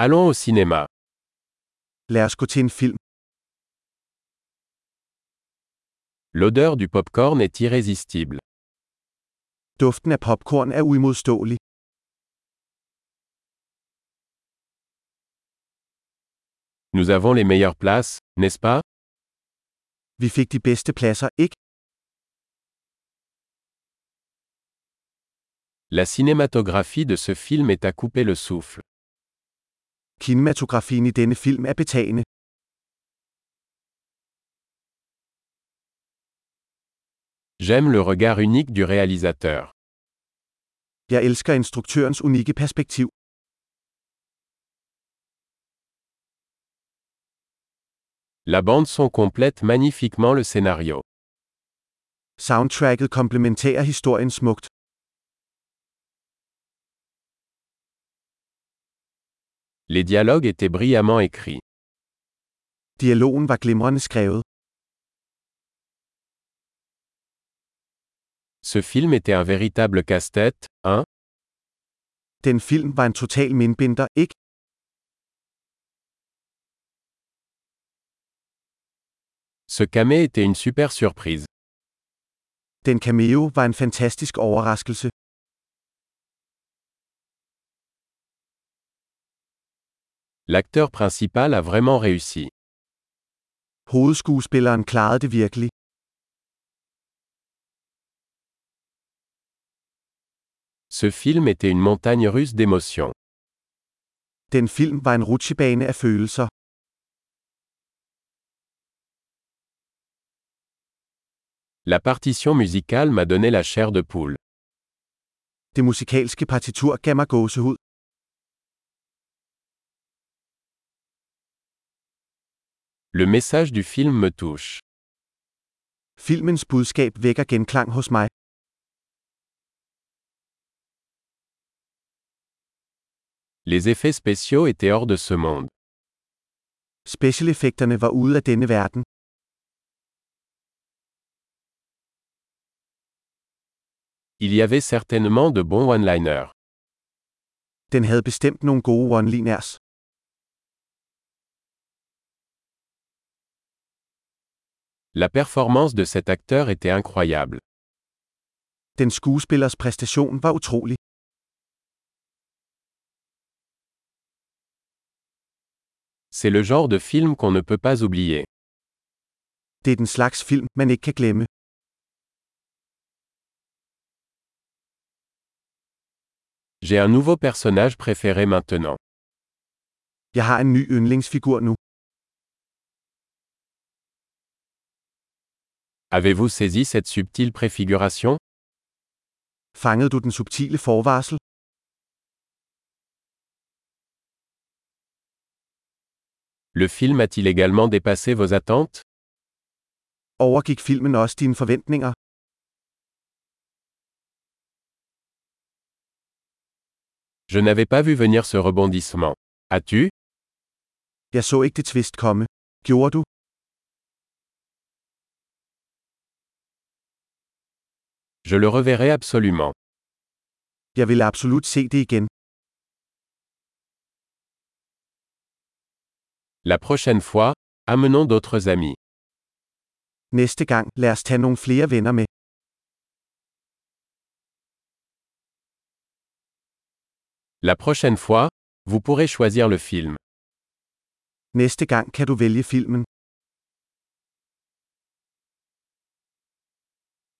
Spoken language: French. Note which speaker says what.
Speaker 1: Allons au cinéma.
Speaker 2: Lad os gå til en film.
Speaker 1: L'odeur du popcorn est irrésistible.
Speaker 2: Duften af popcorn er uimodståelig.
Speaker 1: Nous avons les meilleures places, n'est-ce pas
Speaker 2: Vi fik de bedste pladser, ikke?
Speaker 1: La cinématographie de ce film est à couper le souffle.
Speaker 2: Kinematografien i denne film er betagende.
Speaker 1: J'aime le regard unique du réalisateur.
Speaker 2: Jeg elsker instruktørens unikke perspektiv.
Speaker 1: La bande son complète magnifiquement le scénario.
Speaker 2: Soundtracket komplementerer historien smukt.
Speaker 1: Les dialogues étaient brillamment écrits.
Speaker 2: Dialogen var glimrende skrevet.
Speaker 1: Ce film était un véritable casse-tête, hein
Speaker 2: Den film var en total mindbinder, ikke?
Speaker 1: Ce camé était une super surprise.
Speaker 2: Den cameo var en fantastisk overraskelse.
Speaker 1: L'acteur principal a vraiment réussi.
Speaker 2: Hovedskuespilleren klarede det virkelig.
Speaker 1: Ce film était une montagne russe d'émotions.
Speaker 2: Den film var en rutsjebane af følelser.
Speaker 1: La partition musicale m'a donné la chair de poule.
Speaker 2: Det musikalske partitur gav mig gåsehud.
Speaker 1: Le message du film me touche.
Speaker 2: Filmens budskab vækker genklang hos mig.
Speaker 1: Les effets spéciaux étaient hors de ce monde.
Speaker 2: Specialeffekterne var ude af denne verden.
Speaker 1: Il y avait certainement de bons one-liners.
Speaker 2: Den havde bestemt nogle gode one-liners.
Speaker 1: La performance de cet acteur était incroyable.
Speaker 2: Den skuespillers præstation var utrolig.
Speaker 1: C'est le genre de film qu'on ne peut pas oublier.
Speaker 2: Det er den slags film, man ikke kan glemme.
Speaker 1: J'ai un nouveau personnage préféré maintenant.
Speaker 2: Jeg har en ny yndlingsfigur nu.
Speaker 1: Avez-vous saisi cette subtile préfiguration
Speaker 2: Fangede du den subtile forvarsel?
Speaker 1: Le film a-t-il également dépassé vos attentes
Speaker 2: Overgik filmen også dine forventninger?
Speaker 1: Je n'avais pas vu venir ce rebondissement. As-tu
Speaker 2: Jeg så ikke det tvist komme. Gjorde du?
Speaker 1: Je le reverrai absolument.
Speaker 2: Jeg ville absolut se det igen.
Speaker 1: La prochaine fois, amenons d'autres amis.
Speaker 2: Næste gang, lad os tage nogle flere venner med.
Speaker 1: La prochaine fois, vous pourrez choisir le film.
Speaker 2: Næste gang kan du vælge filmen.